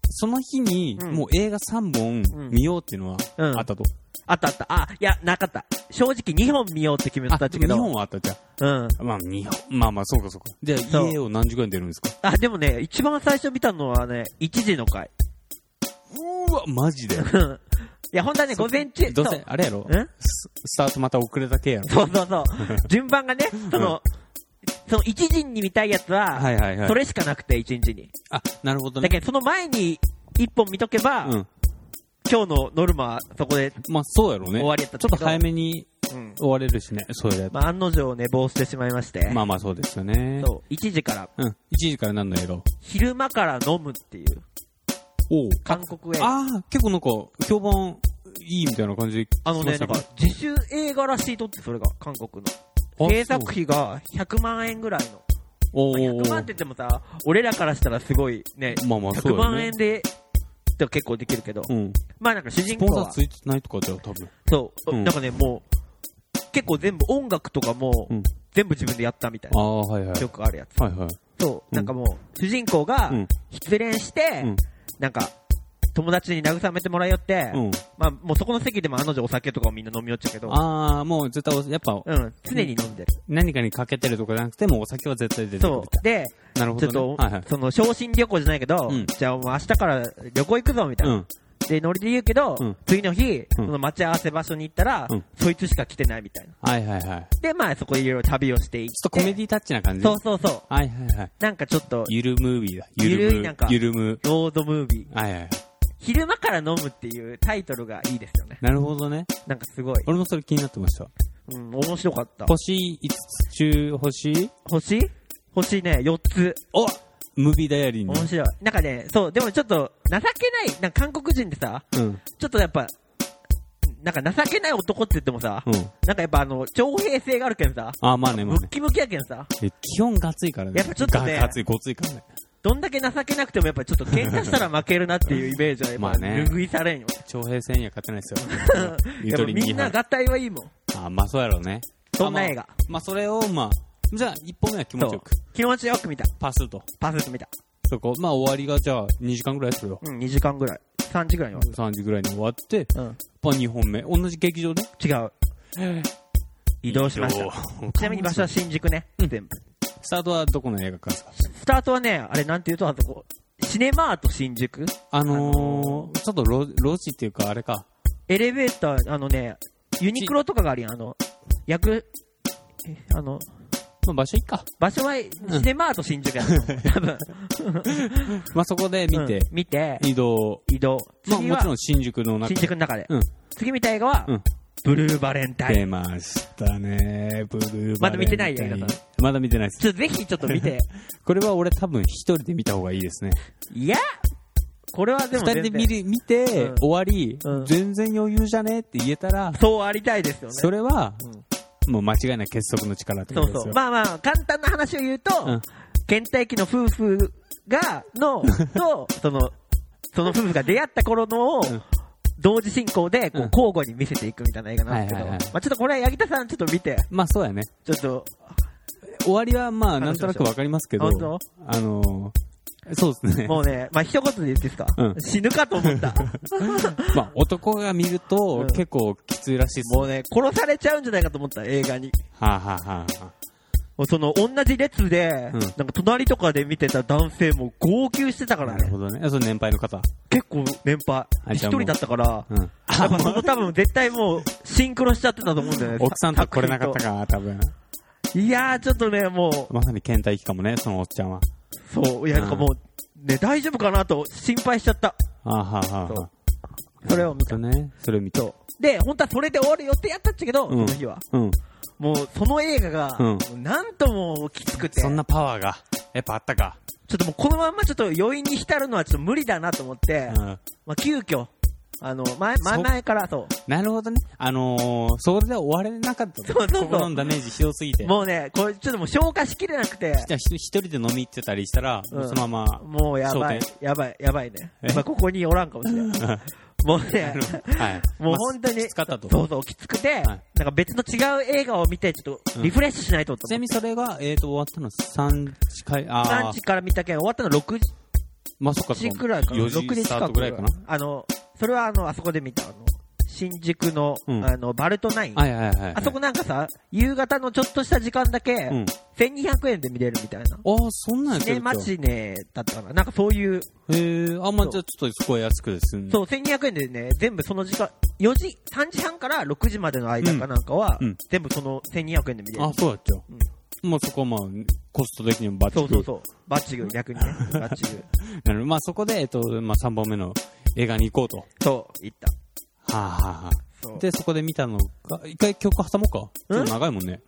[SPEAKER 1] その日に、
[SPEAKER 2] うん
[SPEAKER 1] もう映画3本見ようっていうのは
[SPEAKER 2] うん
[SPEAKER 1] あったと。
[SPEAKER 2] あったあった。あ、いや、なかった。正直2本見ようって決め
[SPEAKER 1] あ、
[SPEAKER 2] てたんだけ
[SPEAKER 1] 2本
[SPEAKER 2] ど。
[SPEAKER 1] はあったじゃ
[SPEAKER 2] うん。
[SPEAKER 1] ん。まあ、2本。まあまあ、そうかそうか。じゃあ
[SPEAKER 2] そう
[SPEAKER 1] 家を何時ぐらいに出るんですか
[SPEAKER 2] あ、でもね、一番最初見たのはね、1時の回。
[SPEAKER 1] うわ、マジで。
[SPEAKER 2] うんいや、ほんとはね、午前中、
[SPEAKER 1] どう
[SPEAKER 2] そ
[SPEAKER 1] せ、あれやろ
[SPEAKER 2] ん
[SPEAKER 1] ススタートまた遅れたけやろ。
[SPEAKER 2] そうそうそう。順番がね、その、その1時に見たいやつは、
[SPEAKER 1] はいはいはい。
[SPEAKER 2] それしかなくて、1日に。
[SPEAKER 1] あ、なるほど
[SPEAKER 2] だ
[SPEAKER 1] ね。
[SPEAKER 2] けど、その前に1本見とけば、
[SPEAKER 1] うん。
[SPEAKER 2] 今日のノルマはそこで、
[SPEAKER 1] まあ、そうやろうね。
[SPEAKER 2] 終わりやった
[SPEAKER 1] ちょっと早めに
[SPEAKER 2] うん
[SPEAKER 1] 終われるしね。そうや。
[SPEAKER 2] まあ、案の定寝坊してしまいまして、
[SPEAKER 1] まあまあ、そうですよね。
[SPEAKER 2] そう1時から、
[SPEAKER 1] うん。1時から何の映画を
[SPEAKER 2] 昼間から飲むっていう、
[SPEAKER 1] おう
[SPEAKER 2] 韓国映画。
[SPEAKER 1] ああ、結構なんか、評判いいみたいな感じで聞きま
[SPEAKER 2] あのね、
[SPEAKER 1] した
[SPEAKER 2] なん
[SPEAKER 1] けど
[SPEAKER 2] か、自主映画らしいとって、それが、韓国の。
[SPEAKER 1] あ
[SPEAKER 2] 制作費が100万円ぐらいの。
[SPEAKER 1] おーお
[SPEAKER 2] 100万って言ってもさ、俺らからしたらすごいね、
[SPEAKER 1] まあまあ、そう
[SPEAKER 2] 100
[SPEAKER 1] だよ
[SPEAKER 2] 万
[SPEAKER 1] ね
[SPEAKER 2] 円。で、でも結構できるけど、
[SPEAKER 1] うん。
[SPEAKER 2] まあなんか主
[SPEAKER 1] ス
[SPEAKER 2] 人
[SPEAKER 1] ポ
[SPEAKER 2] 公
[SPEAKER 1] ンサー
[SPEAKER 2] は
[SPEAKER 1] つ、いてないとかじゃ多分。
[SPEAKER 2] そう、
[SPEAKER 1] うん
[SPEAKER 2] なんかね、もう、結構全部音楽とかも、
[SPEAKER 1] うん
[SPEAKER 2] 全部自分でやったみたい
[SPEAKER 1] あ
[SPEAKER 2] な、
[SPEAKER 1] あ、はいはい。
[SPEAKER 2] よくあるやつ。
[SPEAKER 1] はいはい。
[SPEAKER 2] そう、なんかもう、主人公が
[SPEAKER 1] うん、
[SPEAKER 2] 失恋して、
[SPEAKER 1] うん
[SPEAKER 2] なんか、友達に慰めてもらいよって、
[SPEAKER 1] うん。
[SPEAKER 2] まあもうそこの席でもあの女お酒とかをみんな飲みよっちゃうけど、
[SPEAKER 1] ああ、もう絶対お、やっぱ、
[SPEAKER 2] うん、常に飲んでる。
[SPEAKER 1] 何かにかけてるとかじゃなくて、もうお酒は絶対出てくる
[SPEAKER 2] そ
[SPEAKER 1] みた
[SPEAKER 2] う。で、
[SPEAKER 1] いな。なるほ
[SPEAKER 2] ち
[SPEAKER 1] ど、
[SPEAKER 2] ょ
[SPEAKER 1] ね。
[SPEAKER 2] っと、
[SPEAKER 1] はいはい。
[SPEAKER 2] その、昇進旅行じゃないけど、
[SPEAKER 1] うん
[SPEAKER 2] じゃあもう明日から旅行行くぞ、みたいな。
[SPEAKER 1] うん。
[SPEAKER 2] で、ノリで言うけど、
[SPEAKER 1] うん
[SPEAKER 2] 次の日、
[SPEAKER 1] うん
[SPEAKER 2] その待ち合わせ場所に行ったら、
[SPEAKER 1] うん
[SPEAKER 2] そいつしか来てないみたいな。
[SPEAKER 1] はいはいはい。ちょっ
[SPEAKER 2] で、まあそこいろいろ旅をしていって。
[SPEAKER 1] とコメディタッチな感じ
[SPEAKER 2] そうそうそう。
[SPEAKER 1] はいはいはい。
[SPEAKER 2] なんかちょっと、
[SPEAKER 1] ゆるムービーだ。
[SPEAKER 2] ゆる
[SPEAKER 1] ム
[SPEAKER 2] いなんか
[SPEAKER 1] ゆるム
[SPEAKER 2] ロードムービー。
[SPEAKER 1] ー。はいはいはい。
[SPEAKER 2] 昼間から飲むっていうタイトルがいいですよね。
[SPEAKER 1] なるほどね。
[SPEAKER 2] なんかすごい。
[SPEAKER 1] 俺もそれ気になってました。
[SPEAKER 2] うん、面白かった。
[SPEAKER 1] 星5つ中、星
[SPEAKER 2] 星星ね、4つ。
[SPEAKER 1] おムービーダイアリーに。
[SPEAKER 2] 面白い。なんかね、そう、でもちょっと、情けない、なんか韓国人でさ、
[SPEAKER 1] うん。
[SPEAKER 2] ちょっとやっぱ、なんか情けない男って言ってもさ、
[SPEAKER 1] うん。
[SPEAKER 2] なんかやっぱあの、徴兵性があるけんさ、
[SPEAKER 1] ああ、まあね、まあ
[SPEAKER 2] ムッ
[SPEAKER 1] ね。
[SPEAKER 2] キムキやけんさ、
[SPEAKER 1] え基本がついからね。
[SPEAKER 2] やっぱちょっとね
[SPEAKER 1] がつい、ごついからね。
[SPEAKER 2] どんだけ情けなくてもやっぱちょっと喧嘩したら負けるなっていうイメージはやっ
[SPEAKER 1] ま
[SPEAKER 2] ぱ
[SPEAKER 1] あね
[SPEAKER 2] 拭いされんよ。
[SPEAKER 1] 徴兵戦には勝てないですよ。ゆ
[SPEAKER 2] や
[SPEAKER 1] と
[SPEAKER 2] っぱ
[SPEAKER 1] り
[SPEAKER 2] み
[SPEAKER 1] に
[SPEAKER 2] んな合体はいいもん。
[SPEAKER 1] あまあそうやろうね。
[SPEAKER 2] そんな映画。
[SPEAKER 1] まあ、まあそれを、まあ、じゃあ一本目は気持ちよく
[SPEAKER 2] そ。気持ちよく見た。
[SPEAKER 1] パスと。
[SPEAKER 2] パスッと見た。
[SPEAKER 1] そこ、まあ終わりがじゃあ2時間ぐらいですよ。
[SPEAKER 2] うん、2時間ぐらい。3時ぐらいに終
[SPEAKER 1] 3時ぐらいに終わって、
[SPEAKER 2] わる。
[SPEAKER 1] まあ2本目。同じ劇場で
[SPEAKER 2] うん。違う。移動しました。ちなみに場所は新宿ね。全部。
[SPEAKER 1] スタートはどこの映画館ですか
[SPEAKER 2] スタートはね、あれなんていうと、あそこ、シネマート新宿
[SPEAKER 1] あのー、ちょっとロロジっていうかあれか。
[SPEAKER 2] エレベーター、あのね、ユニクロとかがあるやん。あの、薬、えあの、
[SPEAKER 1] まあ場所いっか。
[SPEAKER 2] 場所はシネマート新 宿やな多分。
[SPEAKER 1] まあそこで見て
[SPEAKER 2] うん、見て、
[SPEAKER 1] 移動。
[SPEAKER 2] 移動。
[SPEAKER 1] まあ
[SPEAKER 2] 次
[SPEAKER 1] もちろ
[SPEAKER 2] は
[SPEAKER 1] ん新宿の中
[SPEAKER 2] 新
[SPEAKER 1] で。
[SPEAKER 2] 宿の中で
[SPEAKER 1] うん。
[SPEAKER 2] 次見た映画は
[SPEAKER 1] うん、
[SPEAKER 2] ブルーバレンタイ
[SPEAKER 1] 出
[SPEAKER 2] ン。
[SPEAKER 1] ましたね。ブルーバレンタイン
[SPEAKER 2] まだ見てない映画だ
[SPEAKER 1] まだ見てないです。
[SPEAKER 2] ちょっとぜひちょっと 見て。
[SPEAKER 1] これは俺多分一人で見た方がいいですね。
[SPEAKER 2] いやこれは
[SPEAKER 1] 二
[SPEAKER 2] でも
[SPEAKER 1] 人で
[SPEAKER 2] 全然
[SPEAKER 1] 見る見て、
[SPEAKER 2] うん
[SPEAKER 1] 終わり、
[SPEAKER 2] うん
[SPEAKER 1] 全然余裕じゃねって言えたら、
[SPEAKER 2] そうありたいですよね。
[SPEAKER 1] それは、
[SPEAKER 2] うん
[SPEAKER 1] もう間違いない結束の力って
[SPEAKER 2] そ
[SPEAKER 1] こと
[SPEAKER 2] う
[SPEAKER 1] です
[SPEAKER 2] そ
[SPEAKER 1] よ。
[SPEAKER 2] う。まあまあ、簡単な話を言うと、
[SPEAKER 1] うん
[SPEAKER 2] 倦怠期の夫婦が、 の、と、その、その夫婦が出会った頃のを、
[SPEAKER 1] ん
[SPEAKER 2] 同時進行で、こう
[SPEAKER 1] うん
[SPEAKER 2] 交互に見せていくみたいな映画なんですけど、
[SPEAKER 1] はいはいはい
[SPEAKER 2] まあちょっとこれは八木田さんちょっと見て、
[SPEAKER 1] まあそうやね。
[SPEAKER 2] ちょっと、
[SPEAKER 1] 終わりはまあなんとなくわかりますけど
[SPEAKER 2] 話しましょう、
[SPEAKER 1] あのーそうですね。
[SPEAKER 2] もうね、まあ一言で言っていいですか、
[SPEAKER 1] うん
[SPEAKER 2] 死ぬかと 思った。
[SPEAKER 1] まあ男が見ると
[SPEAKER 2] うん
[SPEAKER 1] 結構きついらしいっす。
[SPEAKER 2] もうね、殺されちゃうんじゃないかと思った、映画に。
[SPEAKER 1] はあ、はあはあは
[SPEAKER 2] もうその、同じ列で、
[SPEAKER 1] うん
[SPEAKER 2] なんか隣とかで見てた男性も号泣してたか
[SPEAKER 1] あ、
[SPEAKER 2] ら
[SPEAKER 1] なる
[SPEAKER 2] ね
[SPEAKER 1] ほ。どね。それ年配の方。
[SPEAKER 2] 結構年配。
[SPEAKER 1] あ
[SPEAKER 2] 一
[SPEAKER 1] じゃあもう
[SPEAKER 2] 人だったから、
[SPEAKER 1] うん。
[SPEAKER 2] やっぱその多分絶対もうシンクロしちゃってたと思うんだよね。
[SPEAKER 1] 奥さんと来れなかったか、多分。
[SPEAKER 2] 作品と。いやー、ちょっとね、も
[SPEAKER 1] まさに倦怠期かもね、そのおっちゃんは。
[SPEAKER 2] う、そう、いや、なんかもう、ね、大丈夫かなと心配しちゃった。
[SPEAKER 1] ああ、はあ、はあはあ。
[SPEAKER 2] それを見た
[SPEAKER 1] と。ね、それを見て。
[SPEAKER 2] そう。で、本当はそれで終わる予定やったっちゃけど、
[SPEAKER 1] うん
[SPEAKER 2] その日は。
[SPEAKER 1] うん。
[SPEAKER 2] もう、その映画が、
[SPEAKER 1] うん
[SPEAKER 2] もうなんともきつくて、ち
[SPEAKER 1] そ
[SPEAKER 2] ょ
[SPEAKER 1] んなパワーが、やっぱあったか。
[SPEAKER 2] っともうこのまんまちょっと余韻に浸るのはちょっと無理だなと思って、
[SPEAKER 1] うん。
[SPEAKER 2] まあ、急遽、あの、前、前
[SPEAKER 1] そう
[SPEAKER 2] 前からそう。
[SPEAKER 1] なるほどね。あのー、それで終われなかったと
[SPEAKER 2] そうそうそう
[SPEAKER 1] 心のダメージひどすぎて。
[SPEAKER 2] もうね、これちょっともう消化しきれなくて、
[SPEAKER 1] じゃあひ一人で飲み行ってたりしたら、
[SPEAKER 2] うん
[SPEAKER 1] その まま。
[SPEAKER 2] もうやばい
[SPEAKER 1] 焦、
[SPEAKER 2] やばい、やばいね
[SPEAKER 1] え。
[SPEAKER 2] まあここにおらんかもしれない。もうね、
[SPEAKER 1] はい。
[SPEAKER 2] もう本
[SPEAKER 1] ま
[SPEAKER 2] 当
[SPEAKER 1] あ
[SPEAKER 2] に、
[SPEAKER 1] きつかったと。
[SPEAKER 2] そうそう、きつくて、
[SPEAKER 1] はい
[SPEAKER 2] なんか別の違う映画を見て、ちょっとリフレッシュしないとと
[SPEAKER 1] ちな
[SPEAKER 2] 思っ
[SPEAKER 1] みにそれが、えーと、終わったの3時かい、あ
[SPEAKER 2] て、
[SPEAKER 1] ー
[SPEAKER 2] 3時から見たけん、終わったの6
[SPEAKER 1] まあそっか、
[SPEAKER 2] 時くらいかな、
[SPEAKER 1] 4
[SPEAKER 2] 6
[SPEAKER 1] 時
[SPEAKER 2] 時
[SPEAKER 1] スター
[SPEAKER 2] 近
[SPEAKER 1] ト
[SPEAKER 2] く
[SPEAKER 1] ぐらいかな。
[SPEAKER 2] あの、それはあの、あそこで見た、あの、新宿の、
[SPEAKER 1] うん
[SPEAKER 2] あの、バルトナイン。
[SPEAKER 1] はいはいはいはい。
[SPEAKER 2] あそこなんかさ、夕方のちょっとした時間だけ、
[SPEAKER 1] うん。
[SPEAKER 2] 1200円で見れるみたいな。
[SPEAKER 1] ああ、そんなんやって
[SPEAKER 2] ね、
[SPEAKER 1] る
[SPEAKER 2] マチネだったかな。なんかそういう、
[SPEAKER 1] へー、あ、まあじゃあちょっとそこは安くですんで
[SPEAKER 2] そう、1200円でね、全部その時間、4時、3時半から6時までの間かなんかは、
[SPEAKER 1] うんうん
[SPEAKER 2] 全部その1200円で見れる
[SPEAKER 1] あ、。そうやっちゃう。まあそこはまあ、コスト的にもバッチリ
[SPEAKER 2] そうそうそう。バッチグー、逆 にね。バッチグー。
[SPEAKER 1] なるまあそこで、えっと、まあ3本目の映画に行こうと。
[SPEAKER 2] そう、行った。
[SPEAKER 1] はあ、はあは
[SPEAKER 2] そ
[SPEAKER 1] あ、
[SPEAKER 2] う
[SPEAKER 1] で、そこで見たのが、一回曲挟もうか。ちょっと長いもんね。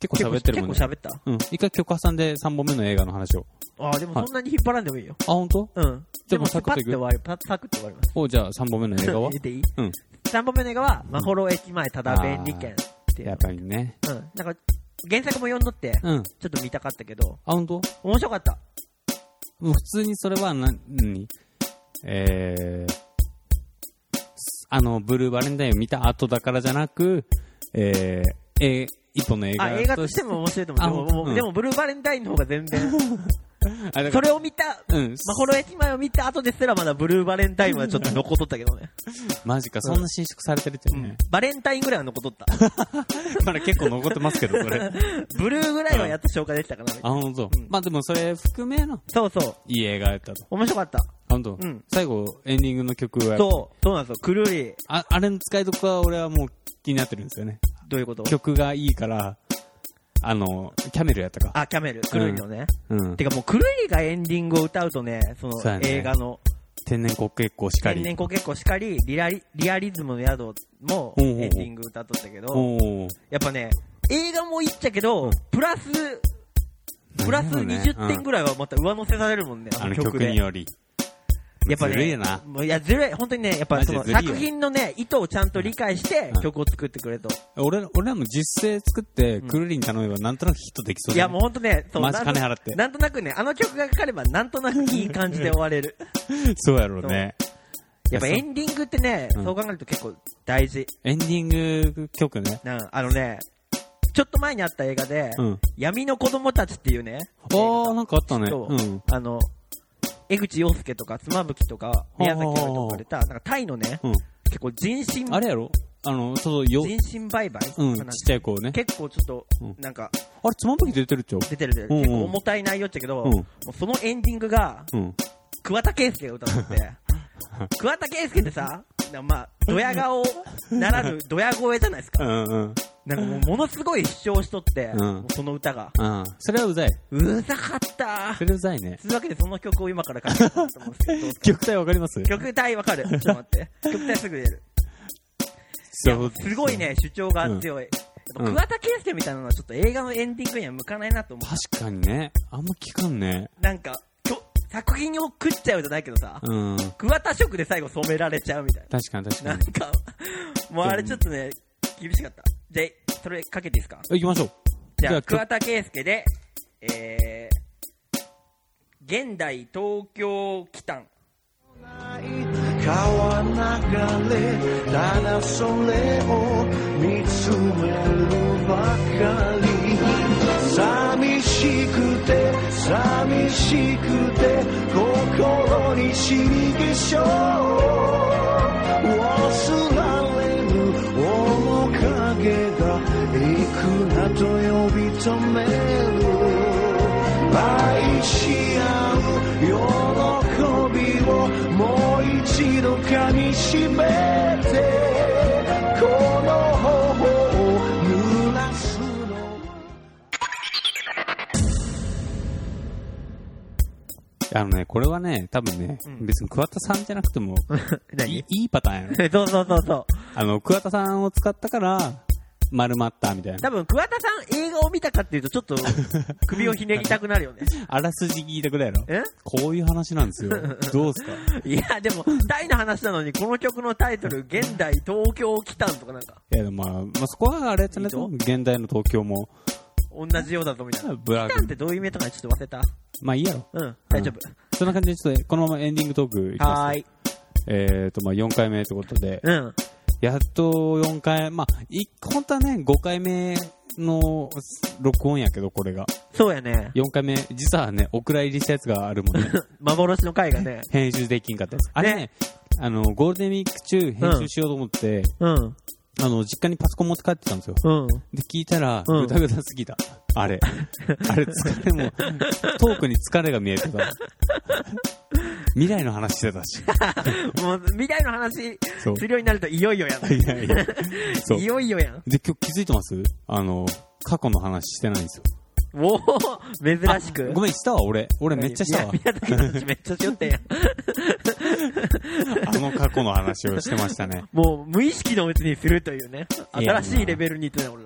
[SPEAKER 1] 結構喋ってるもんね
[SPEAKER 2] 結。構喋った。
[SPEAKER 1] うん。一回曲挟んで3本目の映画の話を。
[SPEAKER 2] ああ、でもそんなに引っ張らんでもいいよ。
[SPEAKER 1] あ、本当？
[SPEAKER 2] うん。
[SPEAKER 1] で
[SPEAKER 2] で
[SPEAKER 1] も
[SPEAKER 2] も
[SPEAKER 1] サ
[SPEAKER 2] サ
[SPEAKER 1] ク
[SPEAKER 2] ク
[SPEAKER 1] ッと
[SPEAKER 2] ッと
[SPEAKER 1] いく
[SPEAKER 2] 終わり、パサクッと終わります。
[SPEAKER 1] お、じゃあ3本目の映画 は
[SPEAKER 2] 言っていい
[SPEAKER 1] うん。
[SPEAKER 2] ?3 本目の映画は、まほろ駅前ただ便利券ってい
[SPEAKER 1] やっ
[SPEAKER 2] う
[SPEAKER 1] ぱりね。
[SPEAKER 2] の。うん。なんか、原作も読んどって、ちょ
[SPEAKER 1] うん。
[SPEAKER 2] っと見たかったけど、
[SPEAKER 1] あ、本当？
[SPEAKER 2] 面白かった。
[SPEAKER 1] もう普通にそれはな、何えー、あの、ブルーバレンタインを見た後だからじゃなく、えー、えー一本の映画
[SPEAKER 2] あ、映画としても面白いと
[SPEAKER 1] あ
[SPEAKER 2] 思う。でも、もう
[SPEAKER 1] うん
[SPEAKER 2] でもブルーバレンタインの方が 全然。
[SPEAKER 1] あだか
[SPEAKER 2] そ
[SPEAKER 1] ら
[SPEAKER 2] れを見た、
[SPEAKER 1] うん、
[SPEAKER 2] まほろ駅前を見た後ですらまだブルーバレンタインはちょっと残っとったけどね。
[SPEAKER 1] マジか、そんな伸縮されてるってね。
[SPEAKER 2] バレンタインぐらいは残っとった。
[SPEAKER 1] まだ結構残ってますけど、そ れ。
[SPEAKER 2] ブルーぐらいはやっと消化できたかな。
[SPEAKER 1] あ、本当。
[SPEAKER 2] うん
[SPEAKER 1] まあでもそれ含めの、
[SPEAKER 2] そうそう。
[SPEAKER 1] いい映画やったと。
[SPEAKER 2] 面白かった。
[SPEAKER 1] あ、本当。
[SPEAKER 2] うん
[SPEAKER 1] 最後、エンディングの曲はやっぱ、
[SPEAKER 2] そう、そうなんですよ。くるり、
[SPEAKER 1] ああれの使いどこは俺はもう気になってるんですよね。
[SPEAKER 2] どういうこと
[SPEAKER 1] 曲がいいから、あの、キャメルやったか。
[SPEAKER 2] あ、キャメル、くるりのね。
[SPEAKER 1] うん。
[SPEAKER 2] てかもう、くるりがエンディングを歌うとね、その
[SPEAKER 1] そうやね
[SPEAKER 2] 映画の、
[SPEAKER 1] 天然国結構しか
[SPEAKER 2] 天
[SPEAKER 1] り
[SPEAKER 2] 然。コ結構しかり、リラリリアリズムの宿も
[SPEAKER 1] おう
[SPEAKER 2] エ
[SPEAKER 1] おうおう
[SPEAKER 2] ンディング歌っとったけど、
[SPEAKER 1] おお。
[SPEAKER 2] やっぱね、映画もいいっちゃけど、プラス、プラス
[SPEAKER 1] なるほどね
[SPEAKER 2] 20点ぐらいはまた上乗せされるもんね、
[SPEAKER 1] あ
[SPEAKER 2] あの
[SPEAKER 1] の
[SPEAKER 2] 曲
[SPEAKER 1] 曲
[SPEAKER 2] で。
[SPEAKER 1] により。
[SPEAKER 2] やっぱね、
[SPEAKER 1] ずるいな
[SPEAKER 2] もういや、ずるい。本当にね、やっぱ
[SPEAKER 1] マジ
[SPEAKER 2] そ
[SPEAKER 1] で
[SPEAKER 2] の
[SPEAKER 1] ずるいよ
[SPEAKER 2] 作品のね、意図をちゃんと理解して
[SPEAKER 1] うん
[SPEAKER 2] 曲を作ってくれと。
[SPEAKER 1] 俺ら俺らも実勢作って、
[SPEAKER 2] ん
[SPEAKER 1] くるりに頼めばなんとなくヒットできそう
[SPEAKER 2] い
[SPEAKER 1] じゃ
[SPEAKER 2] や、
[SPEAKER 1] ん
[SPEAKER 2] もう本当ね、そう
[SPEAKER 1] マジ
[SPEAKER 2] なんと
[SPEAKER 1] 金払って
[SPEAKER 2] なんとなくね、あの曲がかかればなんとなくいい感じで終われる。
[SPEAKER 1] そうやろうね。
[SPEAKER 2] やっぱ
[SPEAKER 1] いや
[SPEAKER 2] エ
[SPEAKER 1] そう
[SPEAKER 2] ンディングってね、
[SPEAKER 1] うん
[SPEAKER 2] そう考えると結構大事。
[SPEAKER 1] エンディング曲ね。
[SPEAKER 2] なんあのね、ちょっと前にあった映画で、
[SPEAKER 1] うん。
[SPEAKER 2] 闇の子供たちっていうね、
[SPEAKER 1] あー、なんかあったね。
[SPEAKER 2] そう
[SPEAKER 1] うん。
[SPEAKER 2] あの、江口洋介とか妻夫木とか宮崎駿とか出た、なんかタイのね、
[SPEAKER 1] うん。
[SPEAKER 2] 結構人身、
[SPEAKER 1] あれやろあの、そうそう、よ、
[SPEAKER 2] 人身売買
[SPEAKER 1] う
[SPEAKER 2] か
[SPEAKER 1] ん、ちっ
[SPEAKER 2] な
[SPEAKER 1] ちゃい子ね。
[SPEAKER 2] 結構ちょっと
[SPEAKER 1] うん、
[SPEAKER 2] なんか、
[SPEAKER 1] あれ、つまんぶき出てるっちゃう
[SPEAKER 2] 出てるで、
[SPEAKER 1] うんうん
[SPEAKER 2] 結構重たい内容っちゃけど、
[SPEAKER 1] うん
[SPEAKER 2] もうそのエンディングが、
[SPEAKER 1] うん。
[SPEAKER 2] 桑田佳祐が歌 ってて、桑田佳祐ってさ、なまあ、ドヤ顔なら ぬドヤ声じゃないです
[SPEAKER 1] う
[SPEAKER 2] か。
[SPEAKER 1] んうん。
[SPEAKER 2] なんかもうものすごい主張しとって、
[SPEAKER 1] うん
[SPEAKER 2] もうその歌が。
[SPEAKER 1] うん。それはうざい。
[SPEAKER 2] うざかった
[SPEAKER 1] それうざいね。
[SPEAKER 2] つうわけでその曲を今から書いてと思うんですけどどうですか
[SPEAKER 1] 曲体わかります
[SPEAKER 2] 曲体わかるちょっと待って。曲体すぐ出る。
[SPEAKER 1] そう
[SPEAKER 2] すごい。ね、主張が強い。
[SPEAKER 1] うん
[SPEAKER 2] やっぱ桑田佳祐みたいなのはちょっと映画のエンディングには向かないなと思
[SPEAKER 1] 確かにね。あんま聞かんね。
[SPEAKER 2] う。なんか、きょ作品を食っちゃうじゃないけどさ、
[SPEAKER 1] うん。
[SPEAKER 2] 桑田色で最後染められちゃうみたい
[SPEAKER 1] 確かに確か
[SPEAKER 2] な。なん
[SPEAKER 1] に。
[SPEAKER 2] か、もうあれちょっとね、厳しかった。で、それかけていいですか
[SPEAKER 1] 行きましょう。
[SPEAKER 2] じゃあ、
[SPEAKER 1] 曲
[SPEAKER 2] 桑田佳祐で、えー、現代東京北 端。
[SPEAKER 4] 川流れただそれを見つめるばかり寂しくて寂しくて心に染み化粧忘れる面影が幾なと呼び止める愛し合う喜びをもう一度噛みしめてこの頬を濡らすの
[SPEAKER 1] あのね、これはね、多分ね、
[SPEAKER 2] うん
[SPEAKER 1] 別に桑田さんじゃなくて も、いいいいパターンやろ。
[SPEAKER 2] そうそうそうそう。
[SPEAKER 1] あの、桑田さんを使ったから、丸まったみたいな。
[SPEAKER 2] 多分、桑田さん映画を見たかっていうと、ちょ っと、首をひねりたくなる よね。
[SPEAKER 1] あらすじ聞いてくれやろ。
[SPEAKER 2] え
[SPEAKER 1] こういう話なん ですよ。どうすか
[SPEAKER 2] いや、でも、タイの話なのに、この曲のタイト ル、現代東京来たんとかなんか、
[SPEAKER 1] いや、でもまあ、まあ、そこはあれじゃない
[SPEAKER 2] いいぞ
[SPEAKER 1] 現代の東京も、
[SPEAKER 2] 同じようだぞみたいな。
[SPEAKER 1] ブラ
[SPEAKER 2] 来
[SPEAKER 1] ッ
[SPEAKER 2] たんっ
[SPEAKER 1] ク。
[SPEAKER 2] てどういう意味とかちょっと忘れた。
[SPEAKER 1] まあいいやろ。
[SPEAKER 2] うん、大丈夫。
[SPEAKER 1] そんな感じで、ちょっとこのままエンディングトークいきます。
[SPEAKER 2] はーい。
[SPEAKER 1] えーと、まあ4回目ということで、
[SPEAKER 2] うん。
[SPEAKER 1] やっと4回、まあ、い本当はね、5回目の録音やけど、これが。
[SPEAKER 2] そうやね。
[SPEAKER 1] 4回目、実はね、お蔵入りしたやつがあるもん ね。
[SPEAKER 2] 幻の回がね。
[SPEAKER 1] 編集できんかったやつ。あれね、あの、ゴールデンウィーク中、編集しようと思って、
[SPEAKER 2] うん、
[SPEAKER 1] あの、実家にパソコン持って帰ってたんですよ。
[SPEAKER 2] うん。
[SPEAKER 1] で、聞いたら、
[SPEAKER 2] うん
[SPEAKER 1] ぐだぐだすぎた。あ れ。あれ、疲れも、トークに疲れが見えてた。 未来の話してたし。
[SPEAKER 2] もう、未来の話
[SPEAKER 1] そう、
[SPEAKER 2] するようになると、いよいよやん。
[SPEAKER 1] いやいや。そう。
[SPEAKER 2] いよいよやん。
[SPEAKER 1] で、今日気づいてますあの、過去の話してないんですよ。
[SPEAKER 2] おー、珍しく。
[SPEAKER 1] ごめん、したわ、俺。俺めっちゃしたわ
[SPEAKER 2] い。や宮崎の話めっちゃしよったやん。
[SPEAKER 1] あの過去の 話をしてましたね。
[SPEAKER 2] もう、無意識のうちにするというね。
[SPEAKER 1] いや
[SPEAKER 2] 新しいレベルに行ってたよ俺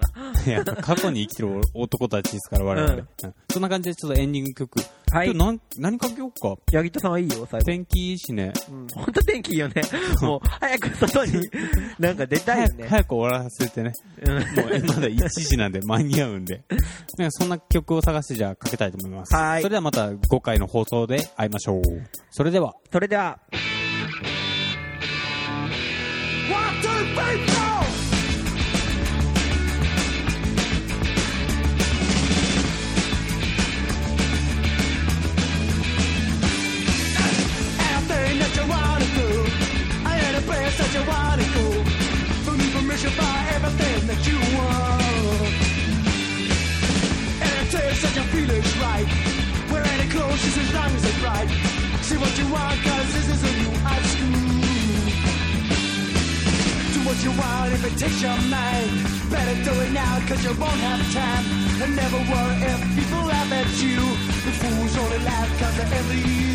[SPEAKER 2] ら。
[SPEAKER 1] や過去に生きてる男たちですから、我々。
[SPEAKER 2] うん
[SPEAKER 1] うんそんな感じで、ちょっとエンディング曲。
[SPEAKER 2] はい
[SPEAKER 1] 今日なん何かけようか。
[SPEAKER 2] ヤギトさんはいいよ、最後。
[SPEAKER 1] 天気いいしね。
[SPEAKER 2] ほんと天気い いよね。もう、早く外に、なんか出たいよ
[SPEAKER 1] 早く
[SPEAKER 2] ね。
[SPEAKER 1] 早く終わらせてね。
[SPEAKER 2] うん
[SPEAKER 1] もうまだ1時なんで間に合うん で。なんかそんな曲を探してじゃあかけたいと思います。
[SPEAKER 2] はい
[SPEAKER 1] それではまた5回の放送で会いましょう。それでは。
[SPEAKER 2] それでは、
[SPEAKER 6] Everything that you wanna do, I am the place that you wanna go. For me, permission by everything that you want. And it tastes that your feelings right. Wear any clothes just as long as it's right. See what you want, cause this is a new high school. Do what you want if it takes your mind. Better do it now, cause you won't have time. And never worry if people laugh at you. The fools only laugh cause they're envy.